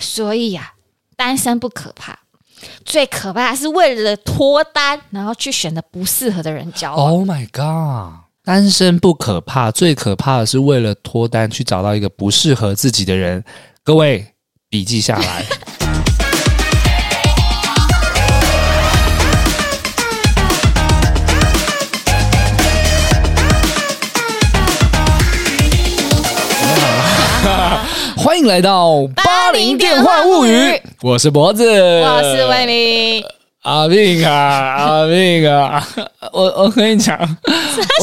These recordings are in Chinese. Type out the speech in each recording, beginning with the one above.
所以呀、单身不可怕，最可怕的是为了脱单，然后去选择不适合的人交往。 Oh my god！单身不可怕，最可怕的是为了脱单去找到一个不适合自己的人。各位笔记下 来。欢迎来到《八零电话物语》 80电话物语，我是脖子，我我是魏哦明，阿病啊，阿病啊， 我我跟你讲，他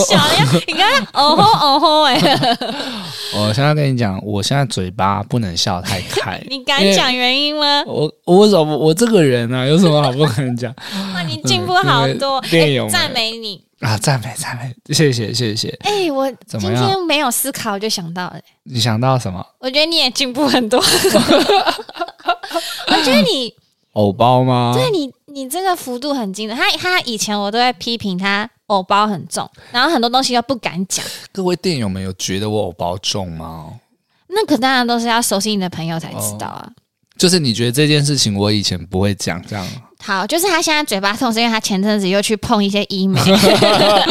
小了呀，你刚刚哦吼哦吼哎、。我现在跟你讲，我现在嘴巴不能笑太开 你敢讲原因 吗？我我怎么我这个人啊，有什么好不敢讲 哇，你进步好多，嗯电影哎赞、美你。啊？赞美赞美，谢谢谢谢。哎、我今怎么样天没有思考，我就想到了、你想到什么？我觉得你也进步 很多。我觉得你藕包吗？对你你这个幅度很惊人。他他以前我都会批评他偶包很重，然后很多东西又不敢讲。各位电友们有觉得我藕包重吗？那可当然都是要熟悉你的朋友才知道啊。哦就是你觉得这件事情我以前不会讲 这样吗，好，就是他现在嘴巴痛，是因为他前阵子又去碰一些医 美，所以他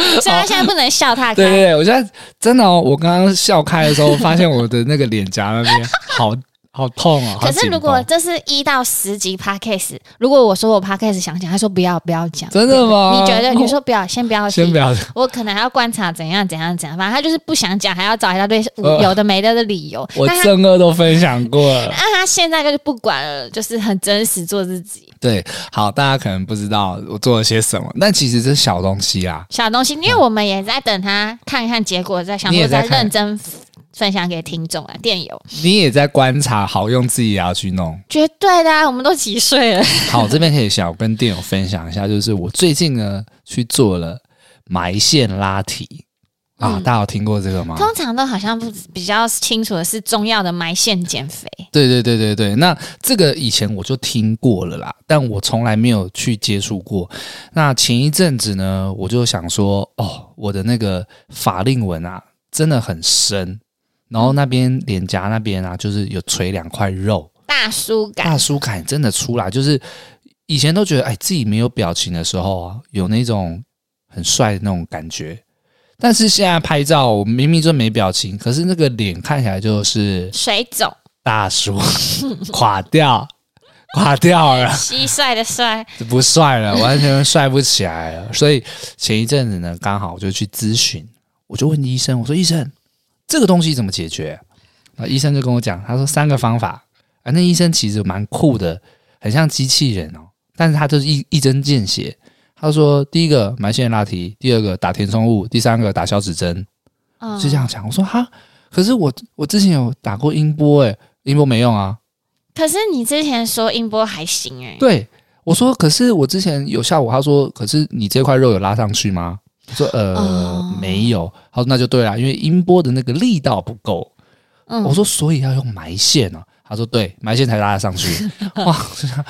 现在不能笑他哦对对开。对，我现在真的、哦，我刚刚笑开的时候，发现我的那个脸颊那边 好好痛哦。好可是紧如果绷这是一到十集 podcast，如果我说我 podcast 想讲，他说不要不要讲，真的吗？你觉得你说不要，先不要提哦先不要我可能还要观察怎样怎样怎样，反正他就是不想讲，还要找一大堆无呃有的没的的理由。我那他正二都分享过了。那他现在就是不管了，就是很真实做自己。对，好，大家可能不知道我做了些什么，但其实这是小东西啊啦。小东西，因为我们也在等他看看结果，再想你也说再在看认真分享给听众啊，电友你也在观察，好用自己也要去弄。绝对的、啊，我们都几岁了，好，这边可以想跟店友分享一下，就是我最近呢去做了埋线拉提啊，嗯大家有听过这个吗？通常都好像不比较清楚的是中药的埋线减肥，对对对对对，那这个以前我就听过了啦，但我从来没有去接触过。那前一阵子呢，我就想说，哦，我的那个法令纹啊，真的很深，然后那边脸颊那边啊，就是有垂两块肉，大叔感。大叔感真的出来，就是以前都觉得，哎，自己没有表情的时候啊，有那种很帅的那种感觉。但是现在拍照，我明明就没表情，可是那个脸看起来就是水肿，大叔 垮掉， 垮掉了，蟋蟀的 蟀，不帅了，完全帅不起来了。 所以前一阵子呢，刚好我就去咨询，我就问医生，我说医生，这个东西怎么解决？那医生就跟我讲，他说三个方法。啊，那医生其实蛮酷的，很像机器人哦，但是他就是一一针见血。他说：第一个埋线拉提，第二个打填充物，第三个打消脂针。嗯是这样讲，我说哈，可是我我之前有打过音波、诶，音波没用啊。可是你之前说音波还行哎、对，我说可是我之前有效果，他说可是你这块肉有拉上去吗？我说呃、哦没有，他说那就对啦，因为音波的那个力道不够。嗯我说所以要用埋线啊，他说对，埋线才拉得上去。 哇，我就想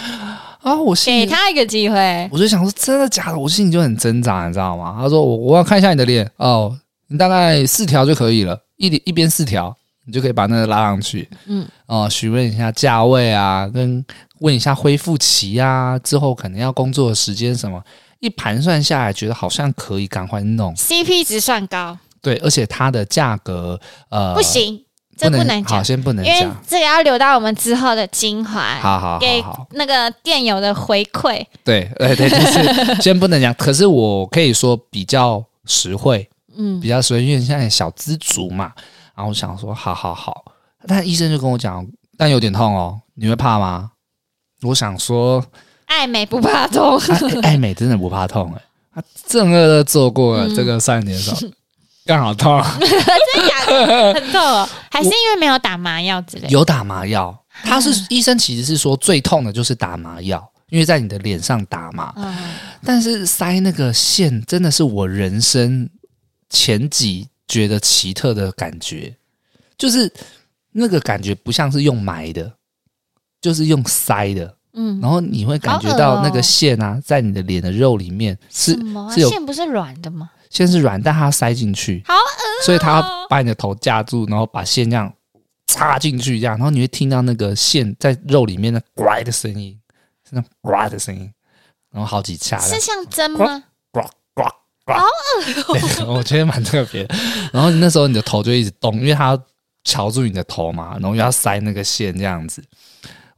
啊，我心给里他一个机会，我就想说真的假的，我心里就很挣扎，你知道吗？他说我我要看一下你的脸哦，你大概四条就可以了，一里一边四条，你就可以把那个拉上去。嗯，哦，询问一下价位啊，跟问一下恢复期啊，之后可能要工作的时间什么，一盘算下来，觉得好像可以赶快弄。 CP 值算高，对，而且它的价格呃不，行，不这不能能好，讲，先不能因为讲。这个要留到我们之后的精华，好好好给好，那个电友的回馈。对，呃，对，就是先不能讲。可是我可以说比较实惠，嗯比较实惠，因为现在小资族嘛。然后我想说，好好好，但医生就跟我讲，但有点痛哦，你会怕吗？我想说，爱美不怕 痛， 啊欸爱美真的不怕痛哎、啊，正二都做过了，这个三点手刚好痛，真假的很痛哦，还是因为没有打麻药之类的？有打麻药。他是医生，其实是说最痛的就是打麻药，因为在你的脸上打嘛。嗯，但是塞那个线真的是我人生前几觉得奇特的感觉，就是那个感觉不像是用埋的，就是用塞的，嗯，然后你会感觉好恶到哦那个线啊，在你的脸的肉里面是什么啊是有线不是软的吗？先是软蛋，它要塞进去，好恶哦所以它要把你的头架住，然后把线这样插进去这样，然后你会听到那个线在肉里面的“呱”的声音，是那种“呱”的声音，然后好几下这是样，像针吗？呱呱呱， 对我觉得蛮特别的。然后你那时候你的头就一直动，因为它要瞧住你的头嘛，然后又要塞那个线这样子，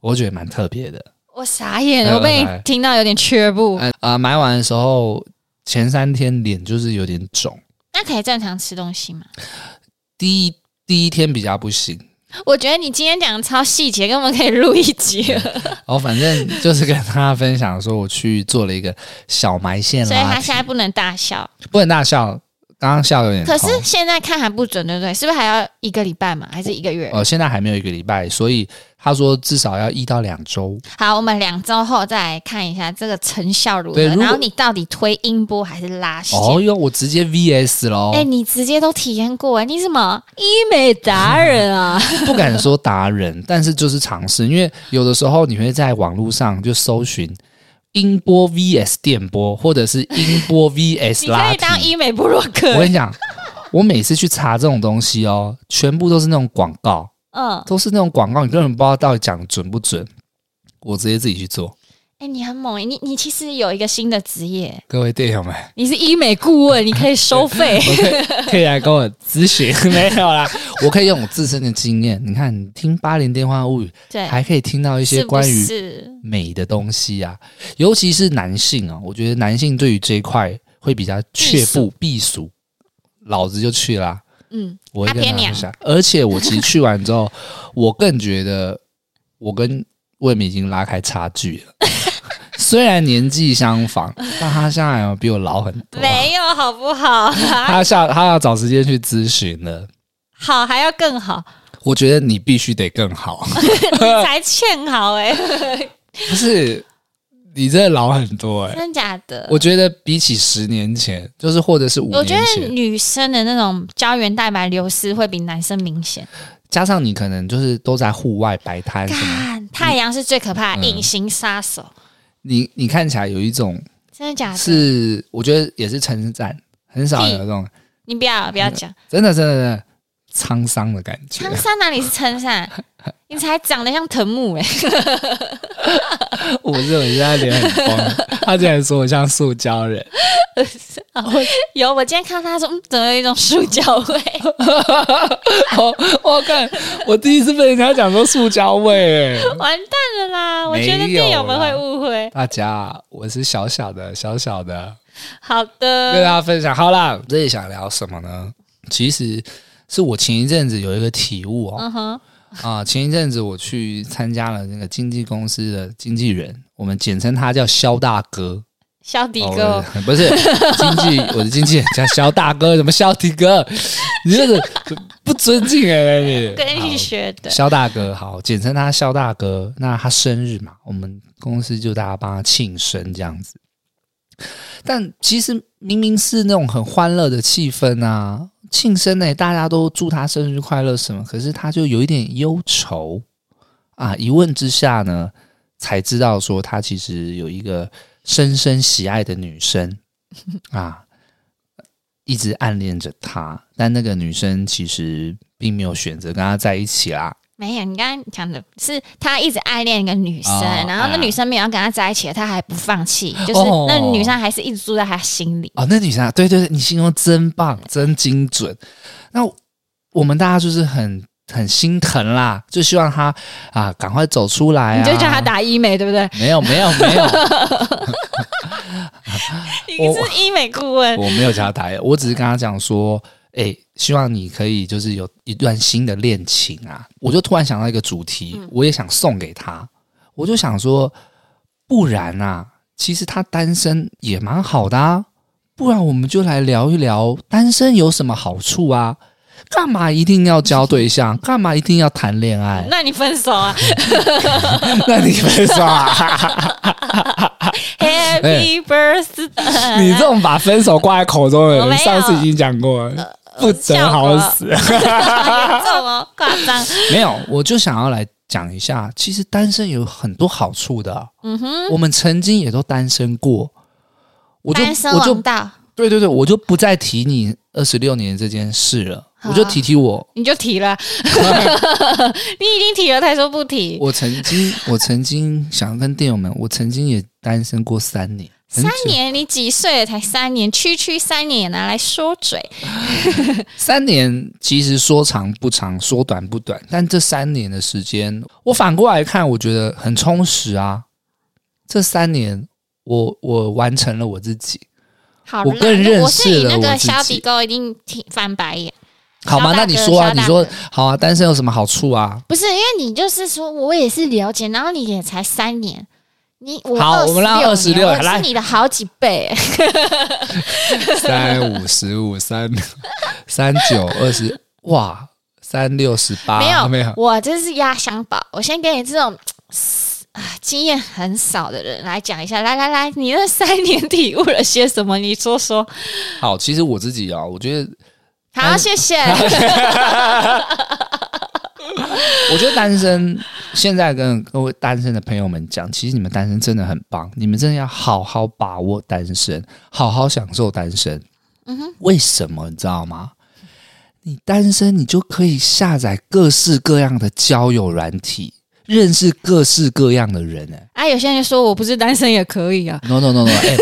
我觉得蛮特别的。我傻眼，来我被来你听到有点缺步。啊、呃买完的时候前三天脸就是有点肿，那可以正常吃东西吗？第一第一天比较不行，我觉得你今天讲的超细节，根本可以录一集 了。然后哦反正就是跟大家分享说我去做了一个小埋线所以拉他提现，在不能大笑。不能大笑，刚刚笑有点可痛。是现在看还不准，对不对？是不是还要一个礼拜嘛，还是一个月？呃，现在还没有一个礼拜，所以他说至少要一到两周。好，我们两周后再来看一下这个成效如何。对如果然后你到底推音波还是拉线？哦哟，我直接 VS 喽哎、，你直接都体验过哎，你什么医美达人 啊？ 不敢说达 人，但是就是尝试，因为有的时候你会在网络上就搜寻音波 VS 电波，或者是音 波 VS 你可拉以当提。医美部落我客跟。你讲，我每次去查这种东西哦，全部都是那种广告，嗯，都是那种广告，你根本不知道到底讲得准不准。我直接自己去做，哎、你很猛哎，你你其实有一个新的职业，各位队友 们，你是医美顾问，你可以收费。 我可以可以来跟我咨询，没有啦， 我可以用我自身的经验。你看，你听《八零电话物语》，对，还可以听到一些是不关于是？美的东西啊，尤其是男性啊，我觉得男性对于这一块会比较却步避俗。老子就去啦、嗯，我会跟啊别他们娘讲。而且我其实去完之后，我更觉得我跟魏敏已经拉开差距了。虽然年纪相仿，但他现在有比我老很多啊、没有好不好？ 他下他要找时间去咨询了。好还要更 好，我觉得你必须得更好，你才欠好 哎，不是你真的老很多哎、真假的？我觉得比起十年前，就是或者是五我年觉得前，女生的那种胶原蛋白流失会比男生明显。加上你可能就是都在户外摆摊什么，看太阳是最可怕的嗯隐形杀手，你你看起来有一种真的假的？是，我觉得也是称赞，很少有这种你不要不要讲，真的真的真的沧桑的感觉撑。伞哪里是撑伞？你才长得像藤木哎、 我是我现在脸很 崩，他竟然说我像塑胶人，哦 有，我今天看到他说，嗯，怎么有一种塑胶 味？我我看我第一次被人家讲说塑胶味、欸。完蛋了啦！我觉得没有啦队友们会误会。大家，我是小小的小小的，好跟大的，家分享。好啦，这里想聊什么呢？其实是我前一阵子有一个体悟哦，嗯哼，啊、前一阵子我去参加了那个经纪公司的经纪人，我们简称他叫肖大哥。小迪哦哥，我的不是经纪，我的经纪人叫肖大哥，什么肖迪哥？你这个不尊敬哎、你跟你好学的，肖大哥，好，简称他肖大哥。那他生日嘛，我们公司就大家帮他庆生这样子。但其实明明是那种很欢乐的气氛啊，庆生呢、大家都祝他生日快乐什么，可是他就有一点忧愁啊。一问之下呢，才知道说他其实有一个深深喜爱的女生啊，一直暗恋着他，但那个女生其实并没有选择跟他在一起啦。没有。你刚刚讲的是他一直暗恋一个女生，哦然后那哎女生没有要跟他在一起，他还不放弃，就是哦那女生还是一直住在他心里。哦，那女生啊，对对对，你形容真棒，真精准。那我们大家就是很很心疼啦，就希望她啊赶快走出来、啊。你就叫他？打医美，对不对？没有没有没有，你是医美顾问， 我没有叫她打野，我只是跟她讲说，哎、希望你可以就是有一段新的恋情啊。我就突然想到一个主题，嗯我也想送给她，我就想说，不然啊，其实她单身也蛮好的啊。不然我们就来聊一聊单身有什么好处啊？干嘛一定要交对象？干嘛一定要谈 恋爱？那你分手 啊那你们 说啊， ！Happy birthday！哎你这种把分手挂在口中的我没有人，呃上次已经讲过了，不得好死。严重哦，夸 张。 没有，我就想要来讲一下，其实单身有很多好处的。啊嗯哼，我们曾经也都单身过，我就单身我就王道。对对对，我就不再提你二十六年这件事了。好啊我就提提我， 你就提了，你已经提了，他还说不提，我曾经，我曾经想跟店友们，我曾经也单身过三年，很三久年你几岁了？才三年，区区三年也拿来说嘴，三年其实说长不长，说短不短，但这三年的时间，我反过来看，我觉得很充实啊。这三年，我我完成了我自己，好我烂更认识了我是你那我个自己小底沟一定挺翻白眼，好吗？小那大你哥说啊，小你大说哥好啊，单身有什么好处 啊？不是因为你就是说我也是了解，然后你也才三年。你我好我们让26年26我来是你的好几倍，三五十 五三三九二十，哇，三六十八，没有啊没有，我这是压箱宝。我先给你这种啊经验很少的人来讲一下，来来来，你那三年体悟了些什么？你说说。好，其实我自己啊，我觉得好，谢 谢。我觉得单身现在跟各位单身的朋友们讲，其实你们单身真的很棒，你们真的要好好把握单身，好好享受单身。嗯哼，为什么你知道吗？你单身，你就可以下载各式各样的交友软体，认识各式各样的人、欸。啊，有些人就说我不是单身也可以啊。 no no no no，哎、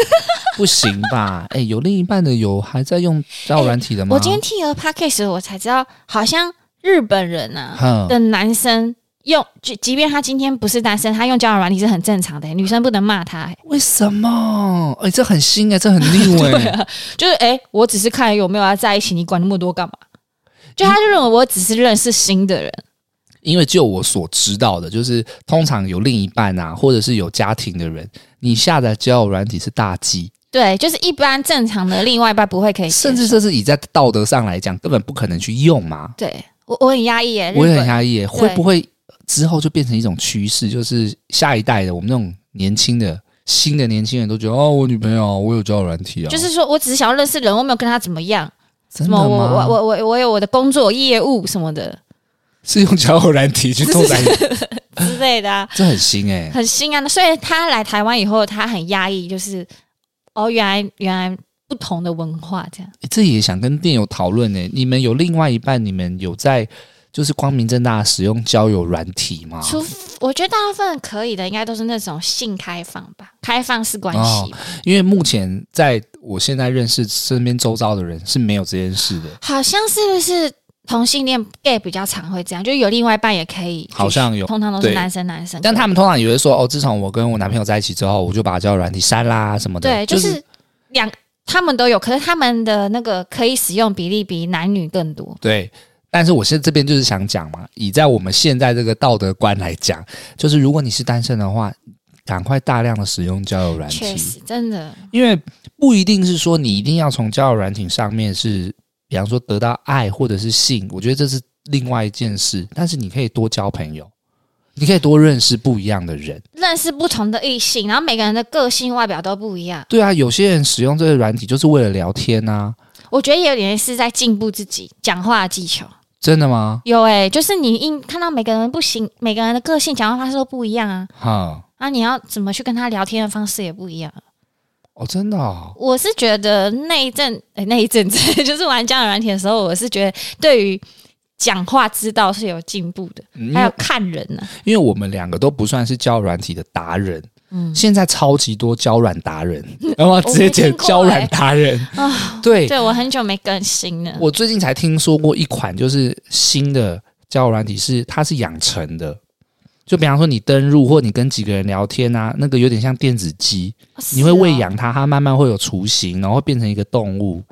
不行吧？哎、有另一半的有还在用交友软体的吗？哎我今天听了 podcast，我才知道，好像日本人啊哼的男生用，就即便他今天不是单身，他用交友软体是很正常的、欸女生不能骂他、欸为什么？哎、这很新哎、这很 new 哎、就是哎、我只是看有没有要在一起，你管那么多干嘛？就他就认为我只是认识新的人，因为就我所知道的，就是通常有另一半啊，或者是有家庭的人，你下载交友软体是大忌，对，就是一般正常的另外一半不会可以接受，甚至这是以在道德上来讲，根本不可能去用嘛。对我我很压抑耶、日我也很本压抑耶，会不会之后就变成一种趋势，就是下一代的我们那种年轻的新的年轻人都觉得哦，我女朋友啊我有交友软体啊，就是说我只是想要认识人，我没有跟他怎么样，真什的么吗？我我我我我有我的工作业务什么的是用交友软体去拓展，之类的、啊， 这很新哎、很新啊。所以他来台湾以后，他很压抑，就是哦，原来原来不同的文化这样。欸这也想跟店友讨论呢。你们有另外一半，你们有在就是光明正大地使用交友软体吗？除我觉得大部分可以的，应该都是那种性开放吧，开放式关系吧。因为目前在我现在认识身边周遭的人是没有这件事的，好像是不是同性恋 gay 比较常会这样，就有另外一半也可以，好像有。通常都是对男生男生，但他们通常也会说哦，自从我跟我男朋友在一起之后，我就把交友软体删啦什么的。对，就是两他们都有，可是他们的那个可以使用比例比男女更多。对。但是我现在这边就是想讲嘛，以在我们现在这个道德观来讲，就是如果你是单身的话，赶快大量的使用交友软体，确实，真的，因为不一定是说你一定要从交友软体上面是，比方说得到爱或者是性，我觉得这是另外一件事。但是你可以多交朋友，你可以多认识不一样的人。认识不同的异性，然后每个人的个性外表都不一样，对啊，有些人使用这个软体就是为了聊天啊，我觉得也有点是在进步自己讲话的技巧。真的吗？有诶、就是你应看到每个人不行，每个人的个性、讲话方式都不一样啊，哈，啊，你要怎么去跟他聊天的方式也不一样啊。哦，真的、哦，我是觉得那一阵，诶、那一阵子 就是玩交友软体的时候，我是觉得对于讲话之道是有进步的，嗯因还有为看人啊呢、因为我们两个都不算是交友软体的达人。嗯现在超级多交软 达人，然后直我没接讲听过交软达人啊对，对我很久没更新了。我最近才听说过一款就是新的交友软体是，它是养成的。就比方说你登入或你跟几个人聊天啊，那个有点像电子鸡，你会喂哦养它，它慢慢会有雏形，然后变成一个动物。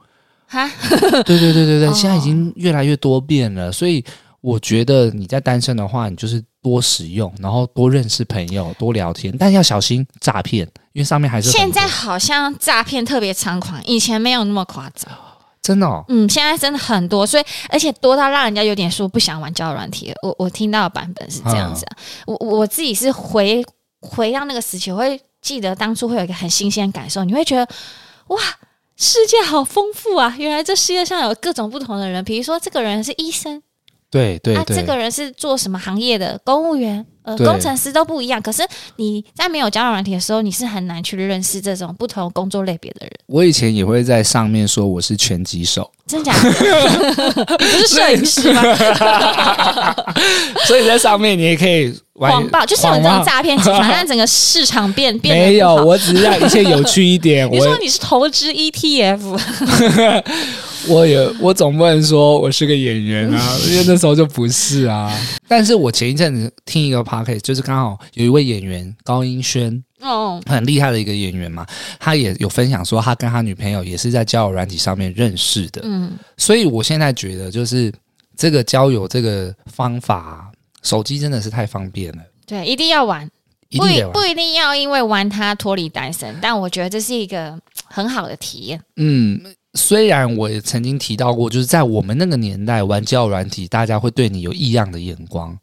哈？ 对对对对对，哦现在已经越来越多变了，所以我觉得你在单身的话，你就是多使用，然后多认识朋友，多聊天，但要小心诈骗，因为上面还是很多现在好像诈骗特别猖狂，以前没有那么夸张。真的、哦、嗯，现在真的很多，所以而且多到让人家有点说不想玩交友软体了。我我听到的版本是这样子、啊，我我自己是回回到那个时期，我会记得当初会有一个很新鲜的感受，你会觉得哇。世界好丰富啊！原来这世界上有各种不同的人，比如说这个人是医生，对对啊，对，这个人是做什么行业的？公务员、呃，对工程师都不一样。可是你在没有交友软体的时候，你是很难去认识这种不同工作类别的人，我以前也会在上面说我是拳击手，真假 的？你不是摄影师吗？所以在上面你也可以玩谎报就是有这种谎报诈骗集团，让整个市场变变得没有，不好我只是让一切有趣一点。 你说我你是投资 E ETF，我也我总不能说我是个演员啊，因为那时候就不是啊。但是我前一阵子听一个 p o c a s t 就是刚好有一位演员高音轩， 哦，很厉害的一个演员嘛，他也有分享说他跟他女朋友也是在交友软体上面认识的。嗯，所以我现在觉得，就是这个交友这个方法啊，手机真的是太方便了，对，一定要玩，一不定一得玩。不一定要因为玩它脱离单身，但我觉得这是一个嗯很好的体验。嗯，虽然我也曾经提到过，就是在我们那个年代玩交友软体，大家会对你有异样的眼光，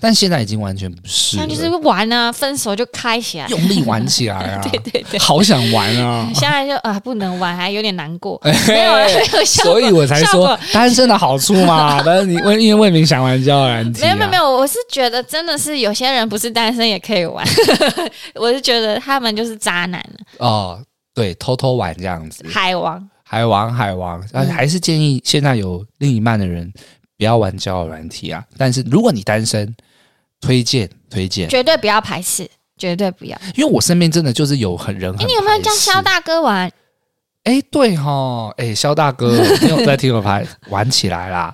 但现在已经完全不是那了，就是玩啊，分手就开起来。用力玩起来啊！ 对对对，好想玩啊！现在就啊不能玩，还有点难过。 没有啊，没有效果，所以我才效说啊果。单身的好处嘛，但是你为因为魏明想玩交友软体、没啊，有没有没有，我是觉得真的是有些人不是单身也可以玩， 我是觉得他们就是渣男、哦，对，偷偷玩这样子，海王。海王，海王，呃，嗯还是建议现在有另一半的人不要玩交友软体啊。但是如果你单身，推荐推荐，绝对不要排斥，绝对不要。因为我身边真的就是有很人很、哎，你有没有叫肖？大哥玩？哎，对哈，哎，肖 大哥，你有在听我牌玩起来啦？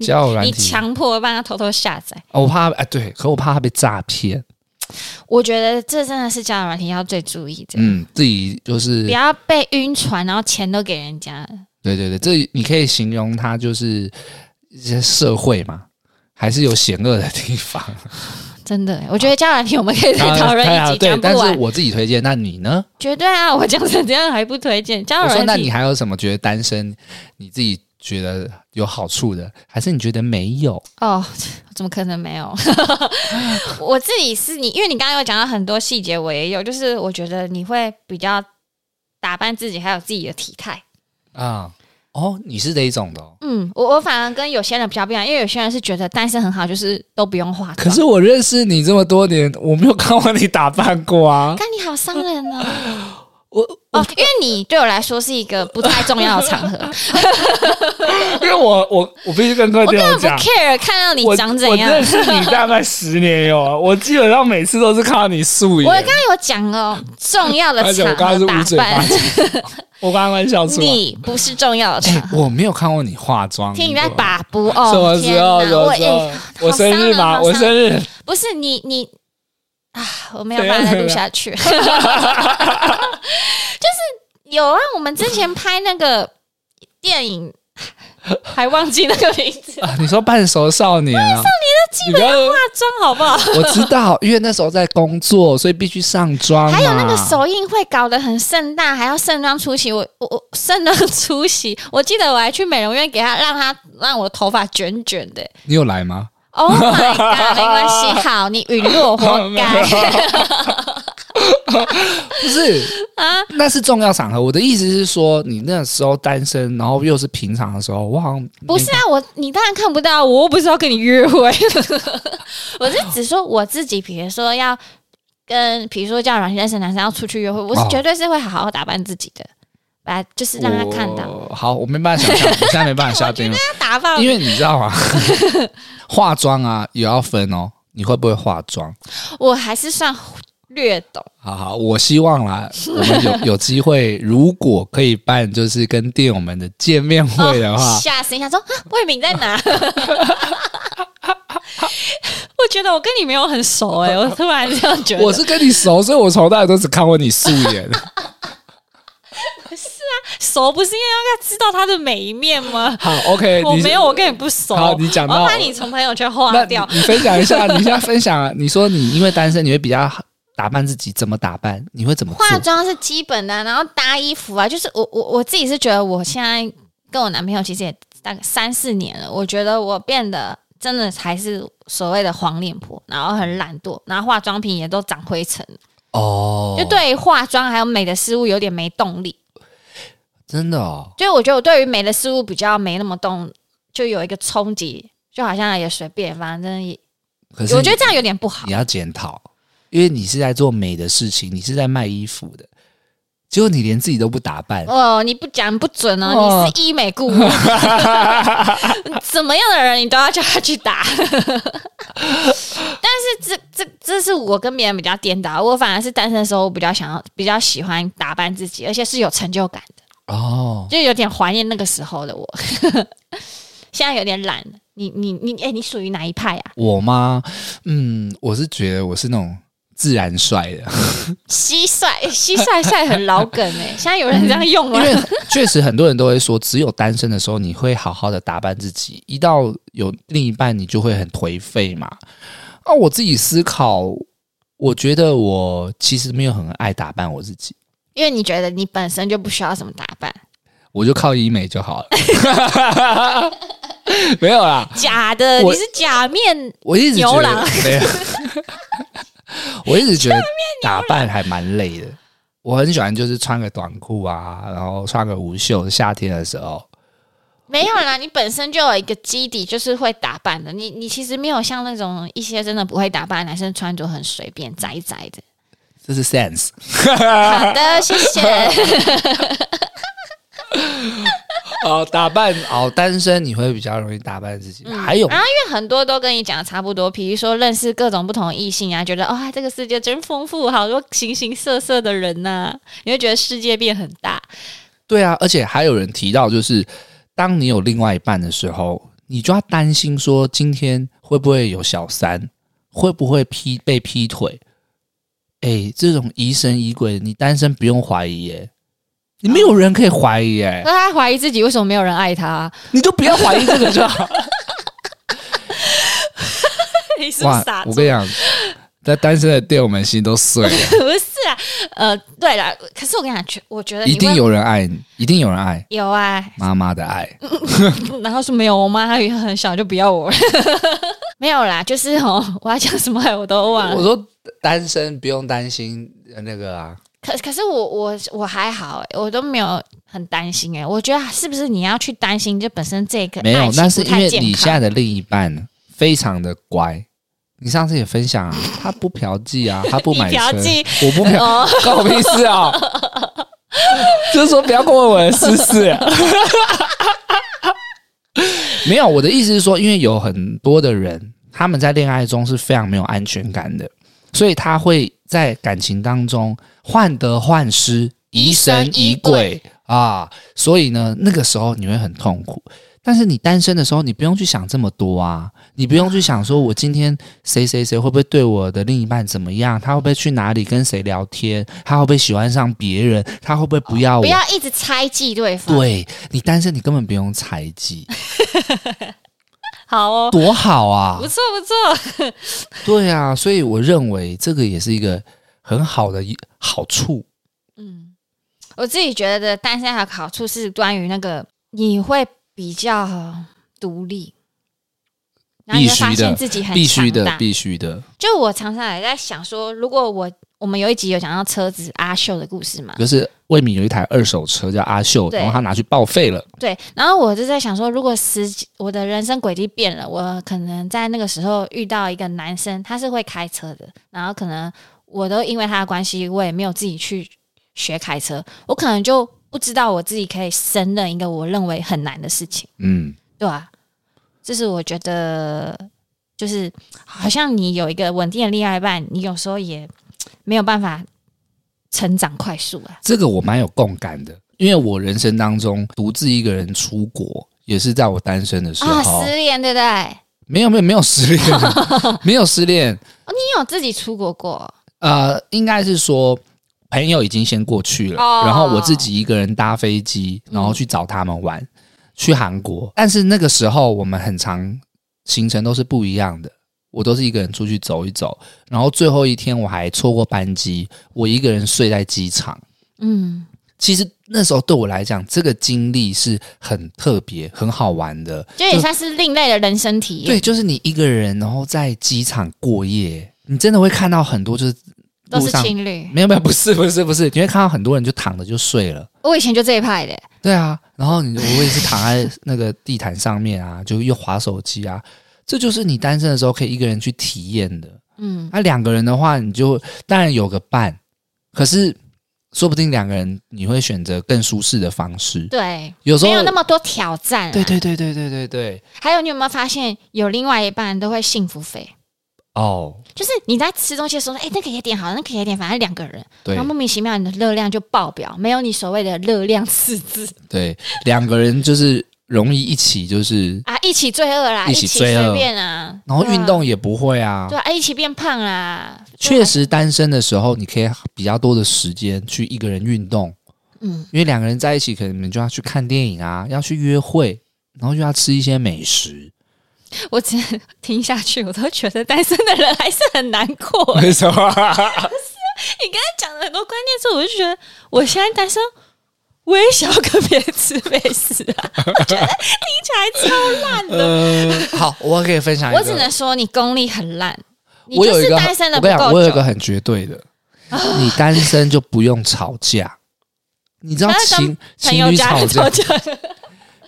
交友软你体，强迫帮他偷啊偷下载？哦我怕哎，对，可我怕他被诈骗。我觉得这真的是交友软体要最注意的，嗯，自己就是不要被晕船，然后钱都给人家了。对对对，这你可以形容它就是一些社会嘛，还是有险恶的地方。真的，我觉得交友软体我们可以再 讨论啊当然一集，对讲，不但是完。我自己推荐，那你呢？绝对啊，我讲成这样还不推荐交我说友，那软你体。还有什么觉得单身你自己觉得有好处的，还是你觉得没有？哦， 怎么可能没有？ 我自己是你，因为你刚刚有讲到很多细节，我也有，就是我觉得你会比较打扮自己，还有自己的体态。啊、哦，你是这一种的、哦。嗯，我我反而跟有些人比较不一样，因为有些人是觉得单身很好，就是都不用化妆。可是我认识你这么多年，我没有看过你打扮过 啊。看你好伤人哦！ 我哦，因为你对我来说是一个不太重要的场 合，因为我我我必须跟各位我听根本不众讲， care 看到你我长怎样我。认识你大概十年有啊，我基本上每次都是看到你素我刚颜。刚有讲哦，重要的而且我场刚刚是合捂打嘴巴扮，，我刚刚笑出来。你不是重要的哎、场合。我没有看过你化妆。听你在把把 不什哦么，天时候？哪！什我哎，？么时候我生日好吗？伤人我生日。不是你你啊，我没有办法再录下 去。就是有啊，我们之前拍那个电影，还忘记那个名字，化啊，你说半熟少年啊？少年的基本妆好不 好？我知道，因为那时候在工作，所以必须上妆啊嘛。还有那个首映会搞得很盛大，还要盛装出席。我我我 盛装出席，我记得我还去美容院给他，让他让我头发卷卷的。你有来吗？ Oh my god！没关系，好，你陨落活该。不是啊，那是重要场合。我的意思是说，你那时候单身，然后又是平常的时候，我好像不是啊，我你当然看不到，我又不是要跟你约会， 我是只说我自己，比如说要跟，比如说叫软体认识的男生要出去约会，我是哦绝对是会好好打扮自己的，把就是让他看到。我好，我没办法想象，我现在没办法 下定论，他打扮哦因为你知 道吗？化妆啊，也要分哦。你会不会化妆？我还是算略懂，好好，我希望 啦，我们有有机会，如果可以办，就是跟店友们的见面 会的话， 哦吓死一下说 啊，魏敏在哪？ 我觉得我跟你没有很熟哎、我突然这样觉得。我是跟你熟，所以我从来都只看过你素 颜。熟不是应该要知道他的每一面吗？好，OK，我哎你没有，我跟你不熟。好你讲我要到把你从朋友圈划那掉。你你分享 一下，你现在分享啊，你说你因为单身，你会比较打扮自己，怎么打扮？你会怎么化做？妆是基本的啊、然后搭衣服啊，就是我我我自己是觉得我现在跟我男朋友其实也大概三四年了，我觉得我变得真的才是所谓的黄脸婆，然后很懒惰，然后化妆品也都长灰尘，哦，就，对于化妆还有美的事物有点没动力。真的哦，就我觉得我对于美的事物比较没那么动，就有一个冲击。就好像也随便，反正也可是我觉得这样有点不好你。要检讨，因为你是在做美的事情，你是在卖衣服的，结果你连自己都不打扮， 哦，你不讲不准哦，哦你是医美顾 问，怎么样的人你都要叫他去 打。但是这这这是我跟别人比较颠倒，我反而是单身的时候，我比较想要比较喜欢打扮自己，而且是有成就感的，哦，就有点怀念那个时候的我。 现在有点懒了，你你你，哎、你属于哪一派啊？我吗？嗯，我是觉得我是那种自然帅的，蟋 蟀，蟋蟀帅很老梗哎、 现在有人这样用吗因？为确实很多人都会说，只有单身的时候你会好好的打扮自己，一到有另一半你就会很颓废嘛。啊，我自己思考，我觉得我其实没有很爱打扮我自己，因为你觉得你本身就不需要什么打扮，我就靠医美就好了。 没有啦，假的，我你是假面我一直觉牛得郎没有， 我一直觉得打扮还蛮累的。我很喜欢就是穿个短裤啊，然后穿个无袖，夏天的时候。没有啦，你本身就有一个基底，就是会打扮的。你你其实没有像那种一些真的不会打扮的男生穿着很随便、宅宅 的。这是 sense，好的，谢谢。哦，打扮哦，单身你会比较容易打扮自己。还有然后因为很多都跟你讲的差不多，比如说认识各种不同的异性啊，觉得哇、这个世界真丰富，好多形形色色的人呐、你会觉得世界变很大。对啊，而且还有人提到，就是当你有另外一半的时候，你就要担心说今天会不会有小三，会不会劈被劈腿？哎，这种疑神疑鬼，你单身不用怀疑耶，你没有人可以怀疑耶， 那他怀疑自己为什么没有人爱他、你就不要怀疑这个 就好。你是不是哇傻，我跟你讲，在单身的店，我们心都碎 了，不是啊，呃，对了，可是我跟你讲，觉我觉得你一会定有人爱你，一定有人爱有啊，妈妈的爱。然后说没有，我妈她很小就不要我了， 没有啦，就是哦，我要讲什么我都忘我了。说单身不用担心呃那个啊，可可是我我我还好、欸，我都没有很担心哎、我觉得是不是你要去担心，就本身这个没有爱，情那是不因太为健你康现在的另一半非常的乖。你上次也分享啊，他不嫖妓啊，他不 买你嫖车妓，我不嫖，哦，关我屁事啊！ 就是说不要过问我的私事、啊 没有，我的意思是说，因为有很多的人他们在恋爱中是非常没有安全感的，所以他会在感情当中患得患失、疑神疑鬼啊。所以呢，那个时候你会很痛苦。但是你单身的时候，你不用去想这么多啊，你不用去想说我今天谁谁谁会不会对我的另一半怎么样，他会不会去哪里跟谁聊天，他会不会喜欢上别人，他会不会不要我？哦不要一直猜忌对方。对你单身，你根本 不用猜忌，好哦，多好啊不！错不错，对啊，所以我认为这个也是一个很好的一好处。嗯，我自己觉得单身还有个好处是关于那个你会比较独立，然后你会必须的发现自己很必须强的大，必须的。就我常常也在想说，如果我我们有一集有讲到车子阿秀的故事嘛，就是魏敏有一台二手车叫阿秀，对然后他拿去报废了。对，然后我就在想说，如果时我的人生轨迹变了，我可能在那个时候遇到一个男生，他是会开车的，然后可能我都因为他的关系，我也没有自己去学开车，我可能就不知道我自己可以胜任一个我认为很难的事情，嗯，对吧、这是我觉得，就是好像你有一个稳定的恋爱伴，你有时候也没有办法成长快速啊。这个我蛮有共感的，因为我人生当中独自一个人出国，也是在我单身的时啊，候。失恋对不对？你没有没有没有 失恋，没有失恋。有自己出国过？呃，应该是说朋友已经先过去了，哦然后我自己一个人搭飞机，然后去找他们玩，去韩国。但是那个时候我们很长行程都是不一样的，我都是一个人出去走一走，然后最后一天我还错过班机，我一个人睡在机场。嗯，其实那时候对我来讲，这个经历是很特别、很好玩的，就也算是另类的人生体验，对，就是你一个人，然后在机场过夜，你真的会看到很多就是都路是上情侣。没有没有，不是不是不是，你会看到很多人就躺着就睡了。我以前就这一派的， 对啊，然后你我也是躺在那个地毯上面啊，就又划手机啊，这就是你单身的时候可以一个人去体验的。嗯，那、两个人的话，你就当然有个伴，可是说不定两个人你会选择更舒适的方式。对，有时候没有那么多挑战、啊。对对对对对对对还有，你有没有发现有另外一半都会幸福肥？哦，就是你在吃东西的时候，哎、那个也点好，那个也点，反正两个人，对然后莫名其妙你的热量就爆表，没有你所谓的热量赤字 对，两个人就是容易一起，就是啊，一起罪恶啦，一一起起罪恶随便啊，然后运对啊动也不会啊。对啊，一起变胖啊啦，确实，单身的时候你可以比较多的时间去一个人运动，嗯，因为两个人在一起，可能你们就要去看电影啊，要去约会，然后又要吃一些美食。我只听下去，我都觉得单身的人还是很难 过。为什么？你刚才讲的很多关键词，我就觉得我现在单身，我也想要跟别人吃美食 啊，我觉得听起来超烂的。呃，好，我可以分享一个。我只能说你功力很烂，你我就有一是个很，单身的我不跟你讲，我够有一个久。很绝 对的，你单身就不用吵架。你知道那跟情朋情友侣家吵人架吵架，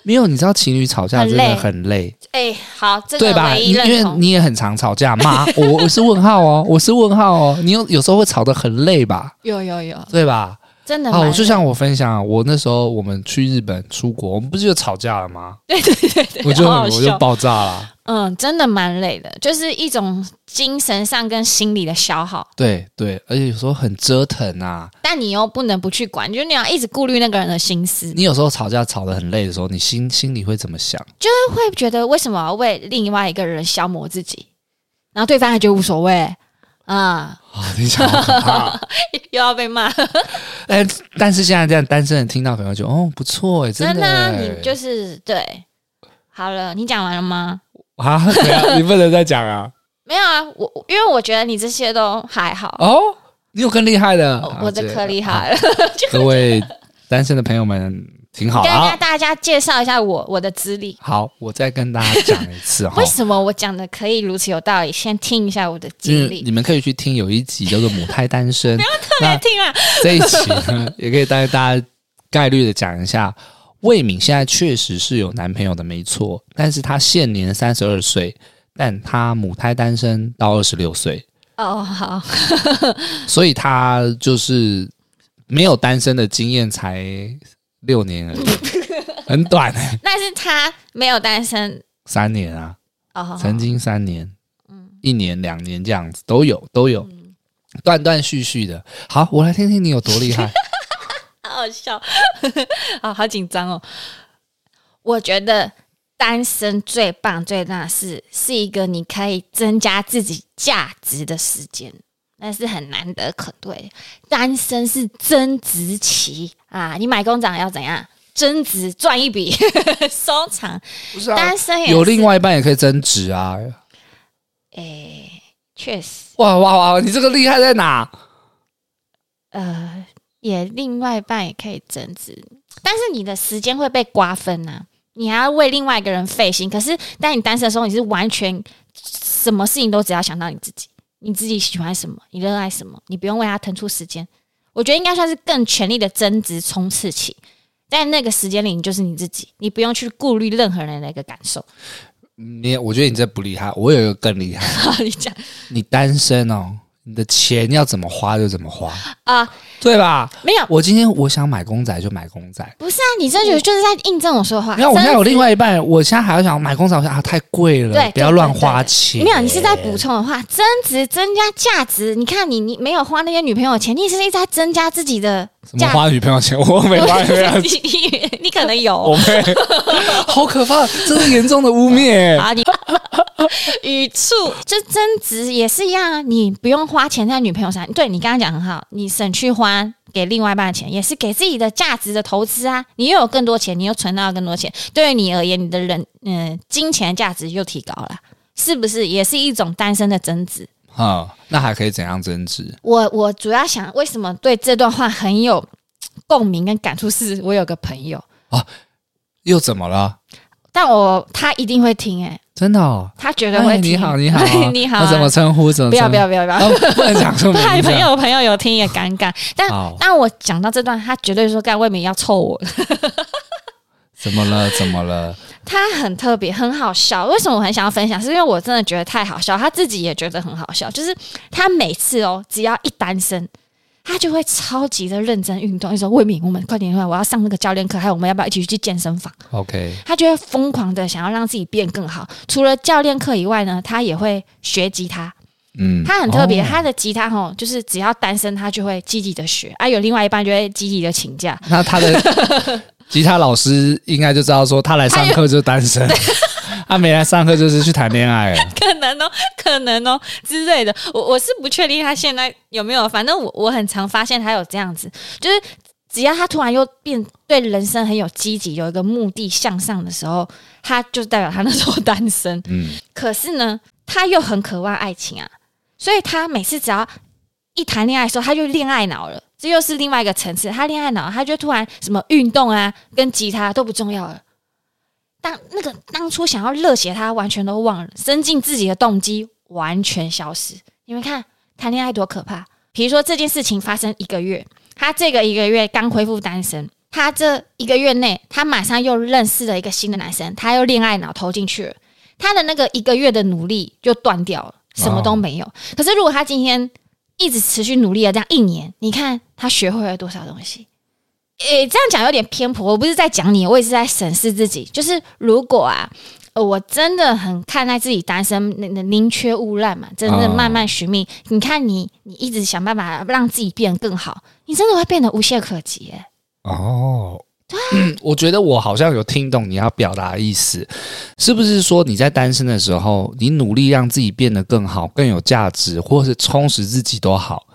没有？你知道情侣吵架很真的累很累，哎、好，这对个吧？唯你一因为认同。你也很常吵架骂 我，我是问号哦，我是问号哦。你有有时候会吵得很累吧？有有有，对吧？真的啊，蛮我就像我分享，我那时候我们去日本出国，我们不是就吵架 了吗？对对对对，我就好好我就笑。爆炸了。嗯，真的蛮累的，就是一种精神上跟心理的消耗，对对，而且有时候很折腾啊。但你又不能不去管，就是你要一直顾虑那个人的心思，你有时候吵架吵得很累的时候，你心心里会怎么想？就是会觉得为什么要为另外一个人消磨自己，然后对方还觉得无所谓啊、啊，你想好可怕！ 又要被骂，哎， 但是现在这样单身人听到可能会觉得哦不错哎， 真的的啊、哎你就是对。好了，你讲完了吗？啊， 对啊，你不能再讲啊！没有啊，我我因为我觉得你这些都还好，哦，你有更厉害的哦我，我的啊可厉。害了。这各位单身的朋友们，挺 好跟啊。大家介绍一下我我的资历，好，我再跟大家讲一 次哈为，什么我讲的可以如此有道理？先听一下我的就是经历你，们可以去听有一集叫做《母胎 单身》，别那听啊，这一集呢， 也可以带大家概率的讲一下。魏敏现在确实是有男朋友的，没错，但是她现年三十二岁，但她母胎单身到二十六岁，哦，好，所以她就是没有单身的经验，才六年 而已，很短、欸，但是他没有单身三年啊。 哦，嗯曾经三年，一年、两年这样子都有，都有，断断续续的。好，我来听听你有多厉 害。好好笑， 啊，好紧张哦。我觉得单身最棒、最大的是是一个你可以增加自己价值的时间，那是很难得可贵的。单身是增值期啊，你买工厂要怎样？增值赚一笔， 收藏。不是啊单身也是有另外一半也可以增值啊！诶，确实，哇哇哇，你这个厉害在哪？呃，也另外一半也可以增值，但是你的时间会被瓜分呐、你还要为另外一个人费心。可是，当你单身的时候，你是完全什么事情都只要想到你自己，你自己喜欢什么，你热爱什么，你不用为他腾出时间。我觉得应该算是更全力的增值冲刺期，在那个时间里，你就是你自己，你不用去顾虑任何人的一个感受。 你我觉得你这不厉害，我有一个更 厉害。好，你讲你单身哦，你的钱要怎么花就怎么花，啊、对吧？没有，我今天我想买公仔就买公仔，不是啊，你这就是就是在印证我说的话。你看我现在增有值另外一半，我现在还要想买公仔，我想啊太贵了，对不要乱花钱。没有，你是在补充的话，增值增加价值。你看你，你没有花那些女朋友的钱，你是一直在增加自己的什么价值。花女朋友钱？我 没花女朋友你你你可能有我妹， 好可怕，这是严重的污 蔑。 啊，你语速就增值也是一样啊，你不用花钱在女朋友上。对你刚刚讲很好，你省去花给另外一半的钱，也是给自己的价值的投资啊。你又有更多钱，你又存到更多钱，对于你而言，你的人嗯、金钱价值又提高了，是不是？也是一种单身的增值。啊、那还可以怎样增值？我我主要想为什么对这段话很有共鸣跟感触，是我有个朋友，又怎么了？但我他一定会听、欸，真的、哦？他绝对会哎听。你好，你好啊、 你好啊、那怎么称呼？怎么不要不要不不 要不要，要，啊不能讲出名怕字朋啊。友朋友有听也尴尬。但好，但我讲到这段，他绝对说干魏明要臭我，怎么了？怎么了？他很特别，很好笑。为什么我很想要分享？是因为我真的觉得太好笑，他自己也觉得很好笑。就是他每次哦，只要一单身，他就会超级的认真运动。一直说魏敏，我们快点快点，我要上那个教练课，还有我们要不要一起去健身房？ ？OK，他就会疯狂的想要让自己变更好。除了教练课以外呢，他也会学吉他。嗯，他很特别，哦他的吉他吼，就是只要单身，他就会积极的学啊。有另外一半就会积极的请假，那他的 吉他老师应该就知道说，他来上课就单 身，他没来上课就是去谈恋爱了。 可能哦，可能哦之类的。我我是不确定他现在有没有，反正我我很常发现他有这样子，就是只要他突然又变对人生很有积极，有一个目的向上的时候，他就代表他那时候单身。 嗯，可是呢，他又很渴望爱情啊，所以他每次只要一谈恋爱的时候，他就恋爱脑了。这又是另外一个层次，他恋爱脑，他就突然什么运动啊，跟吉他都不重要了。当那个当初想要热血，他完全都忘了，增进自己的动机完全消失。你们看，谈恋爱多可怕！比如说这件事情发生一个月，他这个一个月刚恢复单身，他这一个月内，他马上又认识了一个新的男生，他又恋爱脑投进去了，他的那个一个月的努力就断掉了，什么都没有。可是如果他今天一直持续努力了这样一年，你看他学会了多少东西？诶、这样讲有点偏颇，我不是在讲你，我也是在审视自己。就是如果啊，呃我真的很看待自己单身，那那宁缺毋滥嘛，真的哦慢慢寻觅。你看你，你一直想办法让自己变更好，你真的会变得无懈可击、欸。哦。 嗯我觉得我好像有听懂你要表达的意思，是不是说你在单身的时候，你努力让自己变得更好、更有价值，或是充实自己都好，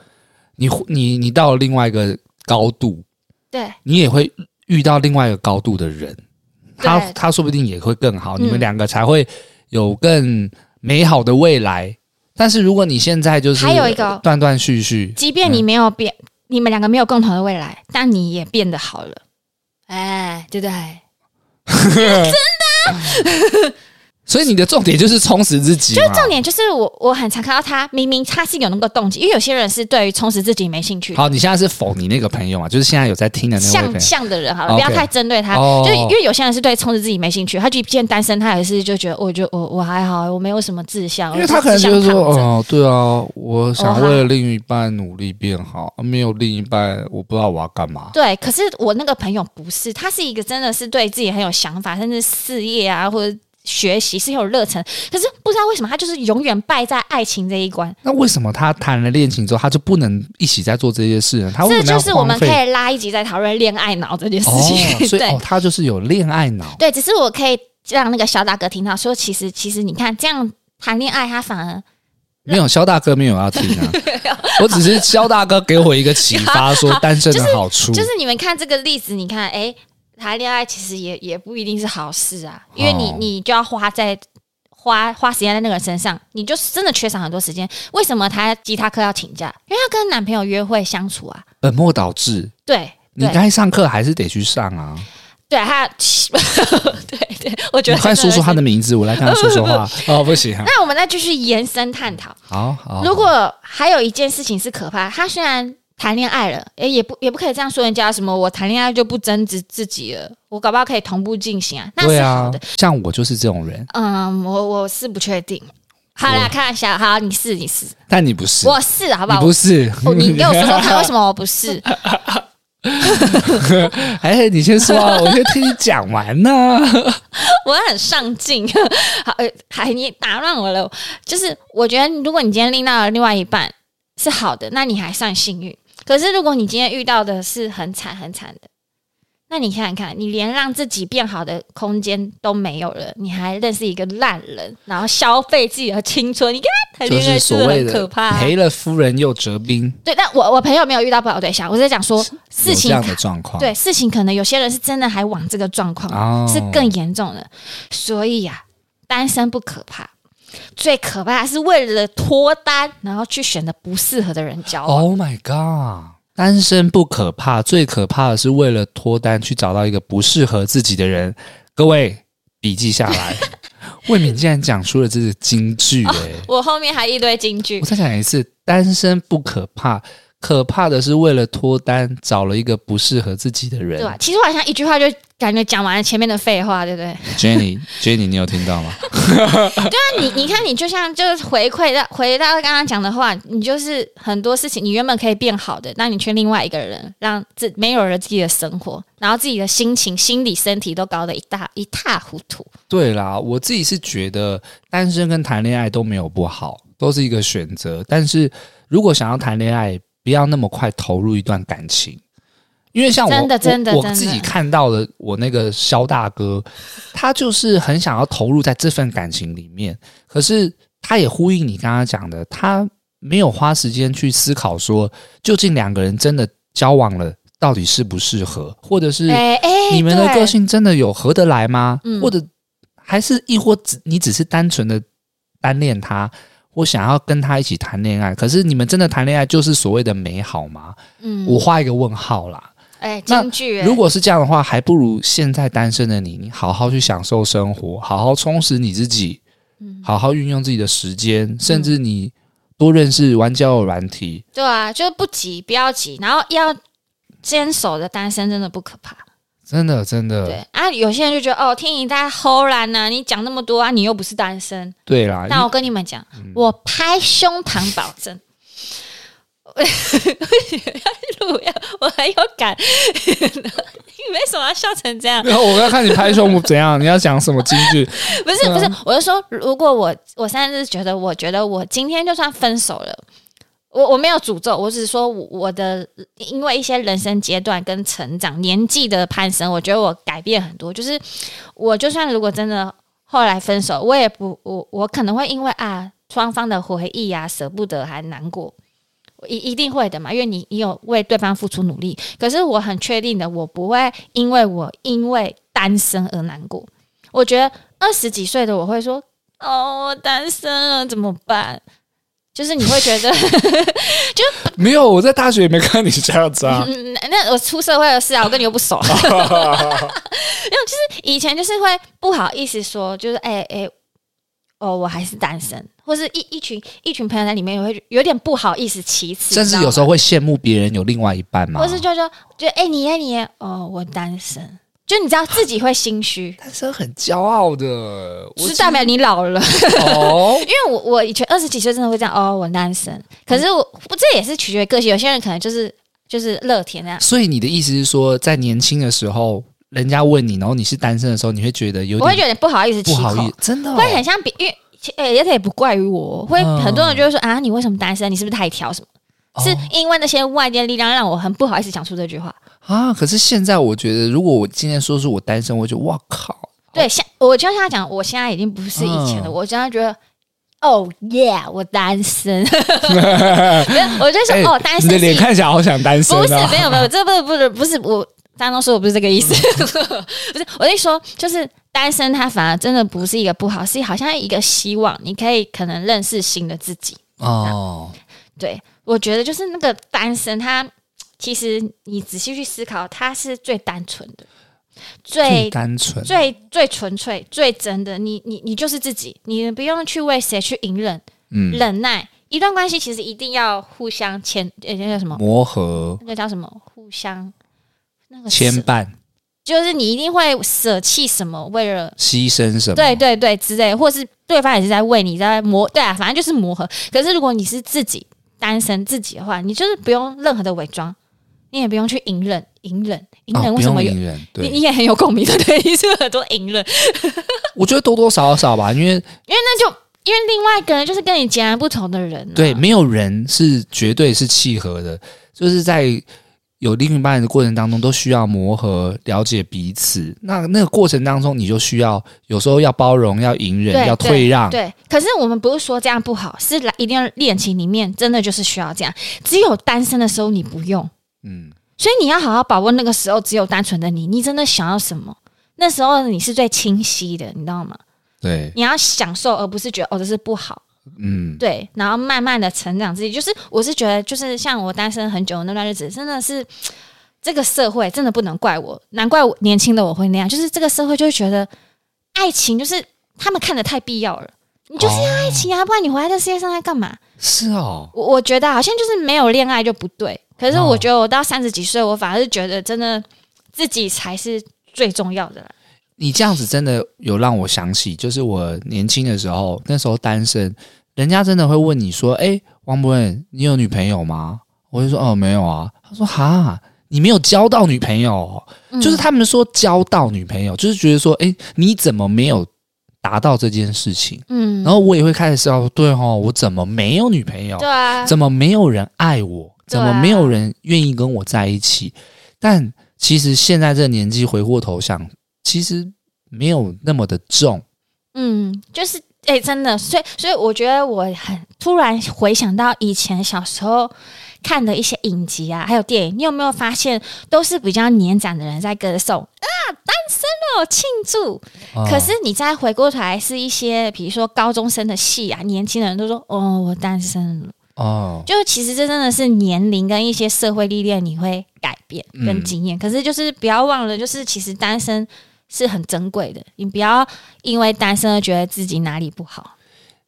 你你你到了另外一个高度，对你也会遇到另外一个高度的人，对他他说不定也会更好，嗯你们两个才会有更美好的未来。但是如果你现在就是还有一个断断续续，即便你没有变，你们两个没有共同的未来，但你也变得好了。哎，对不对？所以你的重点就是充实自己嘛，就重点就是我，我很常看到他，明明他是有那个动机，因为有些人是对于充实自己没兴趣的，好，你现在是否你那个朋友嘛？就是现在有在听的那位朋像像友，的人好了，不 OK 要太针对他，哦就是因为有些人是对充实自己没兴趣，他即便单身，他也是就觉得，哦我就我我还好，我没有什么志向，因为他可能就就是只是想说，躺着哦，对啊，我哦想好为了另一半努力变好，啊没有另一半，我不知道我要干嘛。对，可是我那个朋友不是，他是一个真的是对自己很有想法，甚至事业啊或者学习是很有热忱，可是不知道为什么他就是永远败在爱情这一关。那为什么他谈了恋情之后，他就不能一起再做这些事呢？他为这什么要就是我们荒可废以拉一集在讨论恋爱脑这 件事情。哦、所以对、哦，他就是有恋爱脑，对，只是我可以让那个小大哥听到说，其实其实你看这样谈恋爱，他反而没有肖大哥没有要听 啊，我只是肖大哥给我一个启发，说单身的好处，就是你们看这个例子，你看，哎、谈恋爱其实也也不一定是好事啊，因为你哦你就要花在花花时间在那个人身上，你就真的缺少很多时间。为什么他吉他课要请假？因为要跟男朋友约会相处啊。本末倒置。对你对该上课还是得去上啊！对，他 对对，我觉你得快真说的说他是的。名字，我来跟他说 说话。哦，不行啊，那我们再继续延伸探讨。好好。如果还有一件事情是可怕，他虽然谈恋爱了，诶、也不也不可以这样说人家什么，我谈恋爱就不争执自己了，我搞不好可以同步进行啊，那对是好啊的。，像我就是这种人，嗯，我我是不确定。好啦，我开玩笑，好，你是你是，但你不是，我是，好不你好？不是，我哦你给我 说说看，为什么我不是？哎，你先说啊，我先听你讲完呢。啊我很上进，好，呃还你打乱我了。就是我觉得，如果你今天拎到了另外一半是好的，那你还算幸运。可是如果你今天遇到的是很惨很惨的，那你想想看，你连让自己变好的空间都没有了，你还认识一个烂人，然后消费自己的青春，你看谈就恋爱是真所的谓很的可怕、啊赔了夫人又折兵，对，但我我朋友没有遇到不好对象，我是在讲说事有这情样的状况。对事情可能有些人是真的还往这个状况、哦是更严重的，所以呀、单身不可怕，最可怕是为了脱单，然后去选择不适合的人交往。 Oh my god！单身不可怕，最可怕的是为了脱单去找到一个不适合自己的人。各位笔记下来，魏敏竟然讲出了这个金句、欸，我后面还一堆金句我，再讲一次，单身不可怕，可怕的是，为了脱单找了一个不适合自己的人对。吧？其实我好像一句话就感觉讲完了前面的废话，对不对？ Jenny，Jenny，你有听到吗？那你你看，你就像就是回馈到回到刚刚讲的话，你就是很多事情你原本可以变好的，那你却另外一个人让自没有了自己的生活，然后自己的心情、心理、身体都搞得一大一塌糊涂。对啦，我自己是觉得单身跟谈恋爱都没有不好，都是一个选择。但是如果想要谈恋爱，不要那么快投入一段感情，因为像我真的真的我我真的自己看到的，我那个肖大哥，他就是很想要投入在这份感情里面，可是他也呼应你刚刚讲的，他没有花时间去思考说，究竟两个人真的交往了，到底适不适合，或者是哎哎，你们的对个性真的有合得来吗？嗯或者还是亦或只你只是单纯的单恋他，或想要跟他一起谈恋爱？可是你们真的谈恋爱就是所谓的美好吗？嗯我画一个问号啦。哎，那京剧、哎如果是这样的话，还不如现在单身的你，你好好去享受生活，好好充实你自己，嗯好好运用自己的时间，甚至你多认识玩交友软体。对啊，就是不急，不要急，然后要坚守的单身真的不可怕。真的，真的，对啊，有些人就觉得哦，听你在吼然呢、你讲那么多啊，你又不是单身。对啦，但我跟你们讲，我拍胸膛保证。 我要我很有感， 你为什么要笑成这样？然后我要看你 拍胸脯怎样，你要讲什么金句？ 不是不是，我是说，如果我我现在是觉得，我觉得我今天就算分手了，我我没有诅咒，我只是说我我的因为一些人生阶段跟成长、年纪的攀升，我觉得我改变很多。就是我就算如果真的后来分手，我也不我我可能会因为啊双方的回忆啊舍不得还难过。我一一定会的嘛，因为你你有为对方付出努力。可是我很确定的，我不会因为我因为单身而难过。我觉得二十几岁的我会说：“哦，我单身了怎么办？”就是你会觉 得，没有，我在大学也没看你这样子啊。嗯，那那我出社会的事啊，我跟你又不熟。没有，就是以前就是会不好意思说，就是哎哎、哦，我还是单身，或是一一群一群朋友在里面也会有点不好意思其次， 甚至有时候，候会羡慕别人有另外一半嘛。啊或是就说，就哎、你耶你耶，哦，我单身，就你知道自己会心虚，单身很骄傲的，我是代表你老了。 哦，因为我我以前二十几岁真的会这样哦，我单身。可是我不，这也是取决于个性。有些人可能就是就是乐天那样，所以你的意思是说，在年轻的时候，人家问你，然后你是单身的时候，你会觉得有我会觉点得有点不好意思不起好口意，思，真的哦、会很像别，因为其诶、而且也不怪于我，会嗯很多人就会说、啊，你为什么单身？你是不是太挑什么？哦是因为那些外界力量让我很不好意思讲出这句话。啊。可是现在我觉得，如果我今天说是我单身，我就哇靠，对，像我就像他讲，我现在已经不是以前了，嗯我现在觉得。哦耶！我单身， 没有，我就说、哎哦，单身你的是脸一看起来好想单身不是，啊。没有没 有，这不是不是不是我张东说我不是这个意思， 不是我跟你说，就是单身它反而真的不是一个不好，是好像一个希望，你可以可能认识新的自己。哦，对我觉得就是那个单身它，其实你仔细去思考，它是最单纯的，最最单纯，最最纯粹、最真的。你你你就是自己，你不用去为谁去隐忍、嗯，忍耐。一段关系其实一定要互相牵，呃，那叫什么？磨合、那个叫什么？互相那个牵舍绊、就是你一定会舍弃什么，为了牺牲什么？对对对之类，或是对方也是在为你在磨，对啊，反正就是磨合。可是如果你是自己单身自己的话，你就是不用任何的伪装，你也不用去隐忍，隐忍，隐哦忍不为什么用有？隐忍，对你你也很有共鸣的，对， 你是不是很多隐忍，我觉得多多少少吧，因为因为那就因为另外一个人就是跟你截然不同的人、啊，对，没有人是绝对是契合的，就是在有另一半的过程当中，都需要磨合、了解彼此。那那个过程当中，你就需要有时候要包容、要隐忍、对要退让。对，可是我们不是说这样不好，是来一定要恋情里面真的就是需要这样，只有单身的时候你不用。嗯，所以你要好好把握那个时候只有单纯的你，你真的想要什么？那时候你是最清晰的，你知道吗？对，你要享受，而不是觉得哦这是不好，嗯，对，然后慢慢的成长自己。就是我是觉得，就是像我单身很久的那段日子，真的是这个社会真的不能怪我，难怪我年轻的我会那样，就是这个社会就会觉得爱情就是他们看得太必要了。你就是要爱情啊，不然你活在这世界上在干嘛？是哦，我我觉得好像就是没有恋爱就不对。可是哦我觉得我到三十几岁，我反而是觉得真的自己才是最重要的啦。你这样子真的有让我想起，就是我年轻的时候，那时候单身，人家真的会问你说：“哎、王博文，你有女朋友吗？”我就说：“哦，没有啊。”他说：“哈，你没有交到女朋友哦、嗯就是他们说交到女朋友，就是觉得说：“哎、你怎么没有达到这件事情？”嗯，然后我也会开始思考，对哦，我怎么没有女朋友？对啊，怎么没有人爱我？对怎啊么没有人愿意跟我在一起？但其实现在这个年纪，回过头想，其实没有那么的重。嗯，就是哎、真的，所以所以我觉得我很突然回想到以前小时候看的一些影集啊，还有电影，你有没有发现都是比较年长的人在歌颂啊，单身哦，庆祝。啊可是你再回过头来，是一些比如说高中生的戏啊，年轻人都说哦，我单身了。哦，就其实这真的是年龄跟一些社会历练你会改变跟嗯经验，可是就是不要忘了，就是其实单身是很珍贵的，你不要因为单身而觉得自己哪里不好。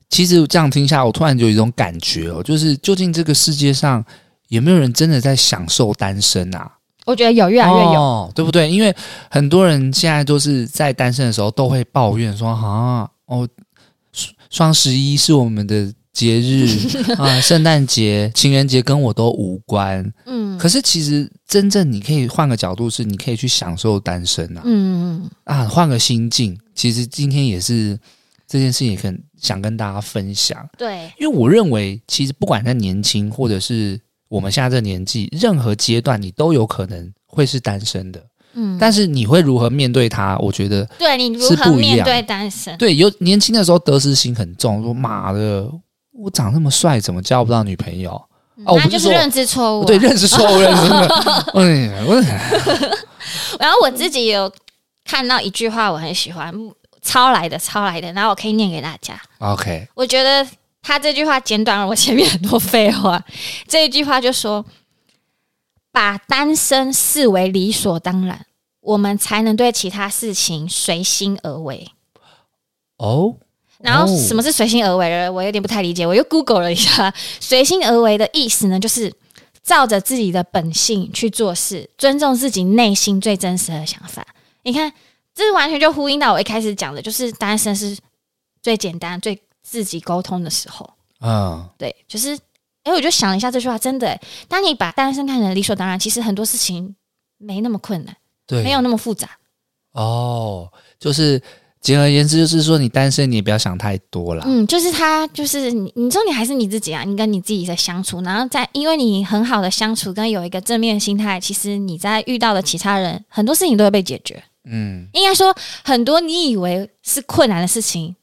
其实这样听下来，我突然就有一种感觉哦，就是究竟这个世界上有没有人真的在享受单身啊？我觉得有越来越有，哦，对不对？因为很多人现在都是在单身的时候都会抱怨说啊，哦，双双十一是我们的 节日啊，圣诞节、情人节跟我都无关。嗯可是其实真正你可以换个角度是，你可以去享受单身啊嗯，啊，换个心境。其实今天也是这件事情，也很想跟大家分享。对，因为我认为，其实不管在年轻或者是我们现在这个年纪，任何阶段你都有可能会是单身的。嗯，但是你会如何面对它？我觉得，对你如是何不一面样对单身？对，有年轻的时候得失心很重，说妈的，我长那么帅，怎么交不到女朋友？嗯哦我那不就是是说认知错误、啊对，，认识 错误，认识错误。哎呀，我然后我自己有看到一句话，我很喜欢，抄来的，抄来的，然后我可以念给大家。 OK，我觉得他这句话简短了我前面很多废话。 这一句话就说：“把单身视为理所当然，我们才能对其他事情随心而为。”哦，然后哦什么是随心而为呢？我有点不太理解，我又 Google 了一下，随心而为的意思呢，就是照着自己的本性去做事，尊重自己内心最真实的想法。你看，这完全就呼应到我一开始讲的，就是单身是最简单、最自己沟通的时候。嗯，对，就是，哎、我就想了一下这句话，真的、诶当你把单身看成理所当然，其实很多事情没那么困难，对，没有那么复杂。哦，就是简而言之，就是说你单身，你也不要想太多啦。嗯，就是他，就是你，你重点还是你自己啊，你跟你自己的相处，然后在因为你很好的相处跟有一个正面心态，其实你在遇到的其他人很多事情都会被解决。嗯，应该说，很多你以为是困难的事情，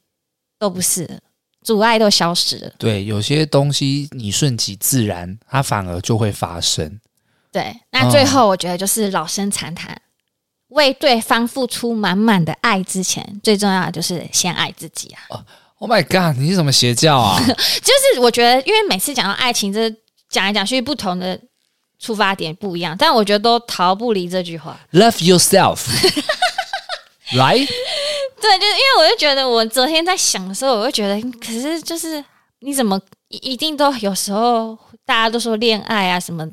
都不是了阻碍都消失了。对，有些东西你顺其自然，它反而就会发生。对，那最后我觉得就是老生常谈，为对方付出满满的爱之前，最重要的就是先爱自己啊。 Oh my god！你是什么邪教 啊？就是我觉得，因为每次讲到爱情，这讲来讲去不同的出发点不一样，但我觉得都逃不离这句话。 Love yourself. right? 对，就是因为我就觉得，我昨天在想的时候，我就觉得，嗯可是就是你怎么一一定都有时候大家都说恋爱啊什么，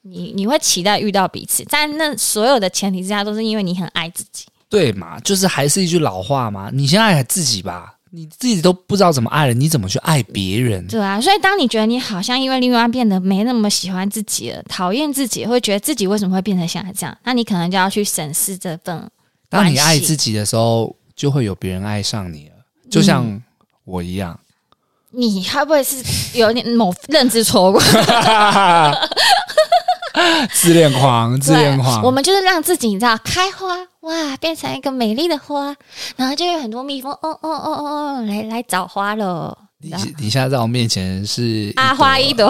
你你会期待遇到彼此，但那所有的前提之下，都是因为你很爱自己。对嘛，就是还是一句老话嘛，你先爱自己吧，你自己都不知道怎么爱了，你怎么去爱别人？对啊，所以当你觉得你好像因为另外变得没那么喜欢自己了，讨厌自己，会觉得自己为什么会变成现在这样，那你可能就要去审视这份。当你爱自己的时候，就会有别人爱上你了，嗯就像我一样。你会不会是有点某认知错误？自恋狂，自恋狂， 我们就是让自己你知道开花哇，变成一个美丽的花，然后就有很多蜜蜂哦哦哦哦哦来来找花了。你你知道你现在在我面前是阿花一朵，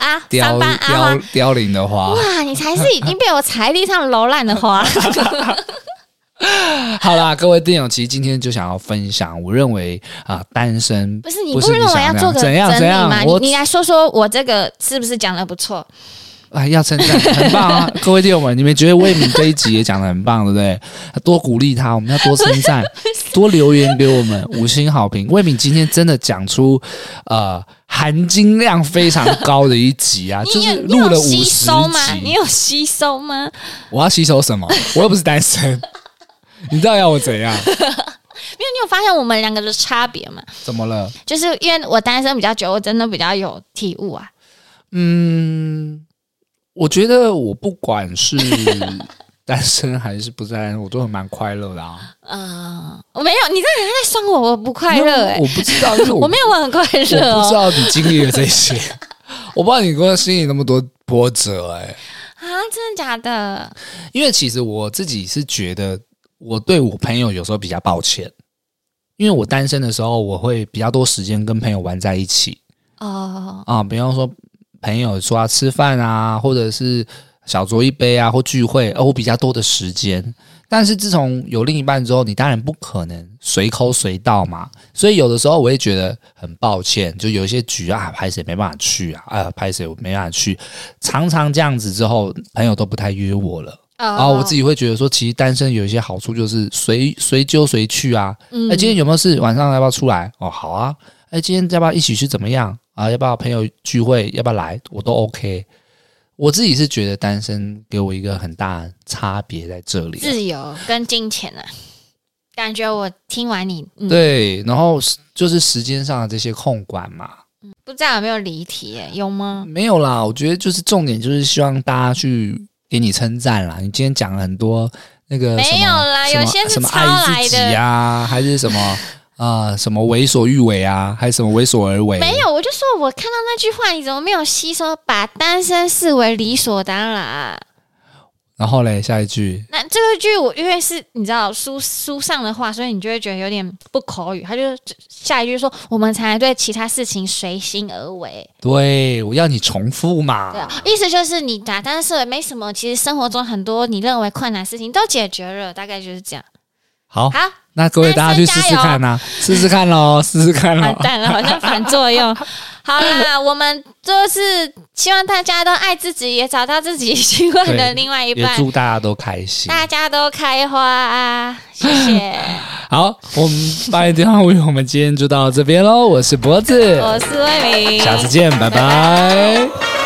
阿凋哦啊三班阿花凋，凋零的花。 哇，你才是已经被我财力上揉烂的花。好啦，各位电友，其实今天就想要分享，我认为啊、单身不是你不不是认为你要想做个怎整样理怎样吗？我你你来说说我这个是不是讲的不错？哎，要称赞，很棒啊！ 各位队友们，你们觉得魏敏这一集也讲的很棒，对不对？多鼓励他，我们要多称 赞，多留言给我们五星好评。魏敏今天真的讲出，呃，含金量非常高的一集啊，就你有是你录了有五吸十收吗？你集。有吸收吗？我要吸收什么？我又不是单身，你知道要我怎样？没有，你有发现我们两个的差别吗？怎么了？就是因为我单身比较久，我真的比较有体悟啊。嗯，我觉得我不管 是单身还是不单身，我都很蛮快乐的啊。嗯，我没有，你这人在酸我，我不快乐哎、我不知道，因为我我没有，我很快乐我不知哦。道你经历了这些，我不知道你过的心里那么多波折哎、啊，真的假的？因为其实我自己是觉得，我对我朋友有时候比较抱歉，因为我单身的时候，我会比较多时间跟朋友玩在一起哦，啊，比方说朋友说要吃饭啊，或者是小酌一杯啊，或聚会，而我比较多的时间。但是自从有另一半之后，你当然不可能随口随到嘛，所以有的时候我会觉得很抱歉，就有一些局啊，拍谁没办法去啊，啊拍谁我没办法去，常常这样子之后，朋友都不太约我了。哦，然啊后我自己会觉得说，其实单身有一些好处，就是随随揪随去啊。嗯，哎，今天有没有事？晚上要不要出来？哦，好啊。哎，今天要不要一起去怎么样？啊，要不要朋友聚会？要不要来？我都 OK。我自己是觉得单身给我一个很大的差别在这里啊、自由跟金钱啊，感觉我听完你，嗯，对，然后是就是时间上的这些控管嘛，不知道有没有离题、欸？有吗？没有啦。我觉得就是重点就是希望大家去给你称赞啦。你今天讲了很多那个什么没有啦什么有些是什么抄爱自己来的呀、啊，还是什么啊什么为所欲为啊，还是什么为所而为？没有，我就说我看到那句话，你怎么没有吸收？把单身视为理所当然、然后嘞，下一句那这个句我因为是你知道书书上的话，所以你就会觉得有点不口语。他就下一句说：“我们才对其他事情随心而为。对我要你重复”对嘛啊，，意思就是你打单视为没什么，其实生活中很多你认为困难的事情都解决了，大概就是这样。好，好，那各位大家去试试看呐、啊试试看喽， 试试看完喽。蛋了，好像反作 用。好啦，我们就是希望大家都爱自己，也找到自己喜欢的对另外一也半，祝大家都开心。大家都开花啊！谢谢，好，我们八月电话会，我们今天就到这边喽。我是脖子，我是魏明，下次见，拜拜拜